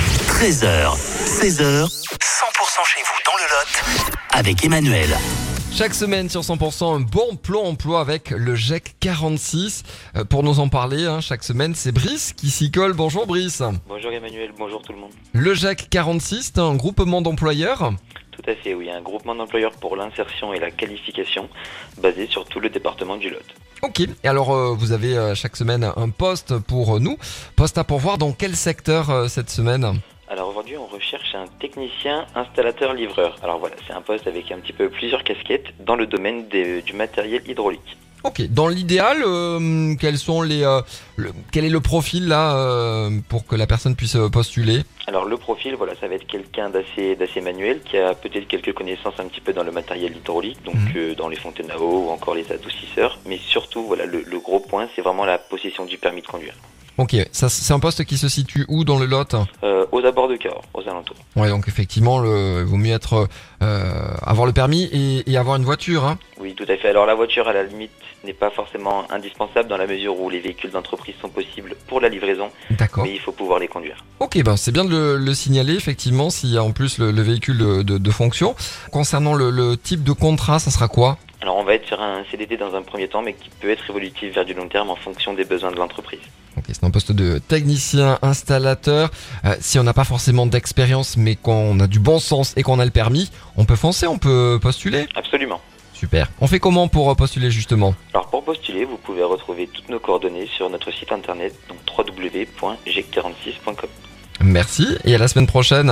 13h, 16h, 100% chez vous dans le Lot, avec Emmanuel. Chaque semaine sur 100%, un bon plan emploi avec le GEC 46. Euh, Pour nous en parler, hein, chaque semaine, c'est Brice qui s'y colle. Bonjour Brice. Bonjour Emmanuel, bonjour tout le monde. Le GEC 46, c'est un groupement d'employeurs. Tout à fait, oui, un groupement d'employeurs pour l'insertion et la qualification basé sur tout le département du Lot. Ok, et alors euh, vous avez euh, chaque semaine un poste pour euh, nous. Poste à pourvoir dans quel secteur euh, cette semaine Alors aujourd'hui, on recherche un technicien installateur livreur. Alors voilà, c'est un poste avec un petit peu plusieurs casquettes dans le domaine des- du matériel hydraulique. Ok, dans l'idéal, euh, quels sont les, euh, le- quel est le profil là euh, pour que la personne puisse euh, postuler Alors le profil, voilà, ça va être quelqu'un d'assez d'assez manuel qui a peut-être quelques connaissances un petit peu dans le matériel hydraulique, donc Mhm. euh, dans les fontaines à eau ou encore les adoucisseurs, mais surtout voilà le, le gros point, c'est vraiment la possession du permis de conduire. Ok, ça, c'est un poste qui se situe où dans le Lot Euh, aux abords de Cahors, aux alentours. Ouais, donc effectivement, le, il vaut mieux être euh, avoir le permis et, et avoir une voiture. Hein. Oui, tout à fait. Alors la voiture, à la limite, n'est pas forcément indispensable dans la mesure où les véhicules d'entreprise sont possibles pour la livraison, D'accord. mais il faut pouvoir les conduire. Ok, ben c'est bien de le, le signaler effectivement s'il y a en plus le, le véhicule de, de- de fonction. Concernant le, le type de contrat, ça sera quoi Alors on va être sur un CDD dans un premier temps, mais qui peut être évolutif vers du long terme en fonction des besoins de l'entreprise. Ok, c'est un poste de technicien installateur. Euh, si on n'a pas forcément d'expérience, mais qu'on a du bon sens et qu'on a le permis, on peut foncer, on peut postuler. Absolument. Super. On fait comment pour euh, postuler justement Alors pour postuler, vous pouvez retrouver toutes nos coordonnées sur notre site internet, donc www.g46.com. Merci et à la semaine prochaine.